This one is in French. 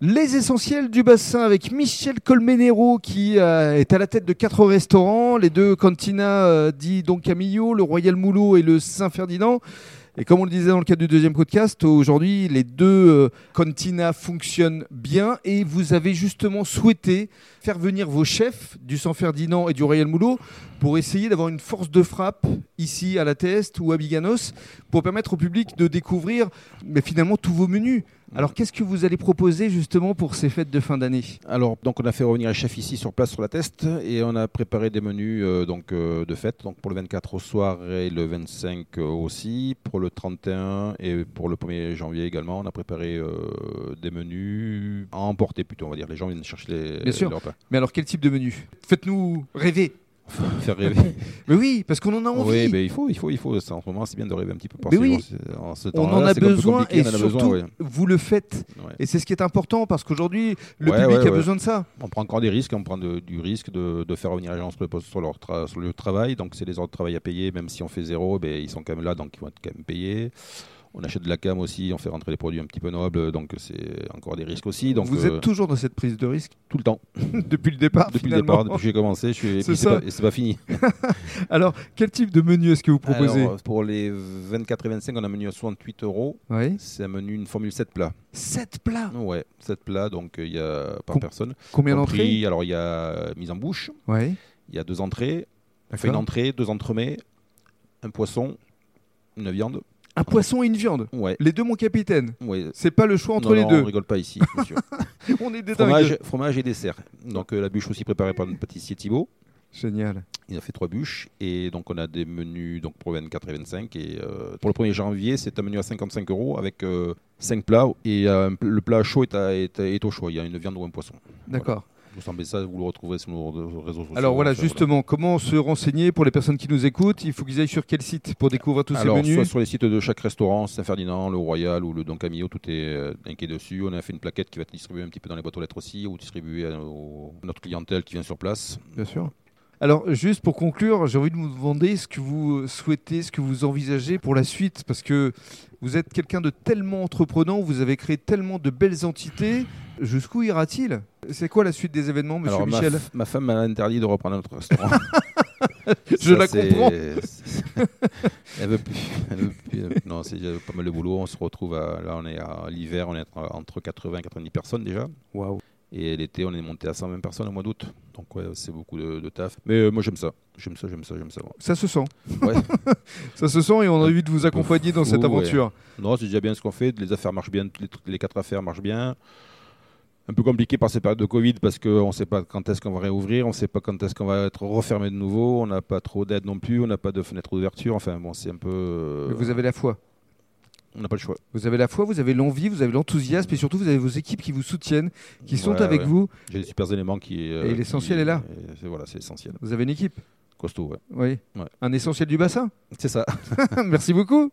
Les essentiels du bassin avec Michel Colmenero qui euh, est à la tête de quatre restaurants, les deux cantinas euh, dit Don Camillo, le Royal Moulot et le Saint-Ferdinand. Et comme on le disait dans le cadre du deuxième podcast, aujourd'hui les deux euh, cantinas fonctionnent bien et vous avez justement souhaité faire venir vos chefs du Saint-Ferdinand et du Royal Moulot pour essayer d'avoir une force de frappe ici à la Teste ou à Biganos pour permettre au public de découvrir mais finalement tous vos menus. Mm. Alors qu'est-ce que vous allez proposer justement pour ces fêtes de fin d'année Alors, donc on a fait revenir les chefs ici sur place sur la test et on a préparé des menus euh, donc, euh, de fête donc pour le 24 au soir et le 25 aussi, pour le 31 et pour le 1er janvier également. On a préparé euh, des menus à emporter plutôt, on va dire. Les gens viennent chercher les, Bien sûr. les repas. Mais alors quel type de menu Faites-nous rêver. Faire rêver. Mais oui, parce qu'on en a envie. oui, mais il faut, il faut, il faut. C'est- En ce moment, c'est bien de rêver un petit peu. parce Mais que oui. c'est- en ce on temps-là, en a c'est comme besoin compliqué, et on en a surtout besoin, ouais. vous le faites. Ouais. Et c'est ce qui est important parce qu'aujourd'hui le Ouais, public ouais, a ouais. besoin de ça. On prend encore des risques, on prend de- du risque de, de faire revenir les gens sur le, poste- sur leur tra- sur le lieu de travail. Donc, c'est les heures de travail à payer, même si on fait zéro, ben, ils sont quand même là, donc ils vont être quand même payés. On achète de la cam aussi, on fait rentrer des produits un petit peu nobles, donc c'est encore des risques aussi. Donc, vous euh, êtes toujours dans cette prise de risque tout le temps, depuis le départ. depuis le finalement. départ, depuis que j'ai commencé, je suis, et C'est puis c'est ça. pas, et c'est pas fini. Alors quel type de menu est-ce que vous proposez Alors, euh, pour les 24 et 25, on a un menu à 68 euros. Oui. C'est un menu, une formule 7 plats. Sept plats. Ouais, 7 plats, donc euh, il y a par Com- personne. Combien d'entrées Compris, Alors, il y a euh, mise en bouche, Oui. il y a deux entrées, On fait une D'accord. entrée, deux entremets, un poisson, une viande. Un poisson et une viande. Ouais. Les deux mon capitaine. ouais. C'est pas le choix entre Non, les non, On deux. rigole pas ici, monsieur. On est des dingues. fromage, fromage et dessert. Donc euh, la bûche aussi préparée par notre pâtissier Thibaut. Génial. Il a fait trois bûches et donc on a des menus donc pour 24 et 25 et euh, pour le 1er janvier c'est un menu à 55 euros avec 5 plats et euh, un pl- le plat chaud est, à- est- est au choix. Il y a une viande ou un poisson. D'accord. Vous semblez ça, vous le retrouverez sur nos nos réseaux sociaux. hein, Alors voilà, Enfin, justement, comment se renseigner pour les personnes qui nous écoutent Il faut qu'ils aillent sur quel site pour découvrir tous Alors, ces soit menus sur les sites de chaque restaurant, Saint-Ferdinand, le Royal ou le Don Camillo, tout est euh, indiqué dessus. On a fait une plaquette qui va être distribuée un petit peu dans les boîtes aux lettres aussi, ou distribuée à nos- notre clientèle qui vient sur place. Bien sûr. Alors, juste pour conclure, j'ai envie de vous demander ce que vous souhaitez, ce que vous envisagez pour la suite, parce que vous êtes quelqu'un de tellement entreprenant, vous avez créé tellement de belles entités. Jusqu'où ira-t-il C'est quoi la suite des événements, monsieur Alors, ma Michel f- Ma, femme m'a interdit de reprendre notre restaurant. Je la c'est- comprends. c'est- elle veut plus. elle veut plus, euh, Non, c'est euh, pas mal de boulot. On se retrouve à- là, on est à l'hiver, on est entre- entre 80 et 90 personnes déjà. Waouh. Et l'été, on est monté à 120 personnes au mois d'août. Donc, ouais, c'est beaucoup de, de taf. Mais euh, moi, j'aime ça. J'aime ça, j'aime ça, j'aime ça. Ça se sent. Ouais. Ça se sent et on a envie de vous accompagner dans cette fou, ouais. aventure. Non, c'est déjà bien ce qu'on fait. Les affaires marchent bien, toutes les, toutes les quatre affaires marchent bien. Un peu compliqué par ces périodes de Covid parce qu'on ne sait pas quand est-ce qu'on va réouvrir, on ne sait pas quand est-ce qu'on va être refermé de nouveau, on n'a pas trop d'aide non plus, on n'a pas de fenêtre d'ouverture. Enfin bon, c'est un peu. euh, Mais vous avez la foi. On n'a pas le choix. Vous avez la foi, vous avez l'envie, vous avez l'enthousiasme et surtout vous avez vos équipes qui vous soutiennent, qui sont Ouais, avec ouais. vous. J'ai des super éléments qui. euh, Et l'essentiel qui- est là. et c'est- voilà, c'est essentiel. Vous avez une équipe, Costaud, ouais. oui. Ouais. Un essentiel du bassin. C'est ça. Merci beaucoup.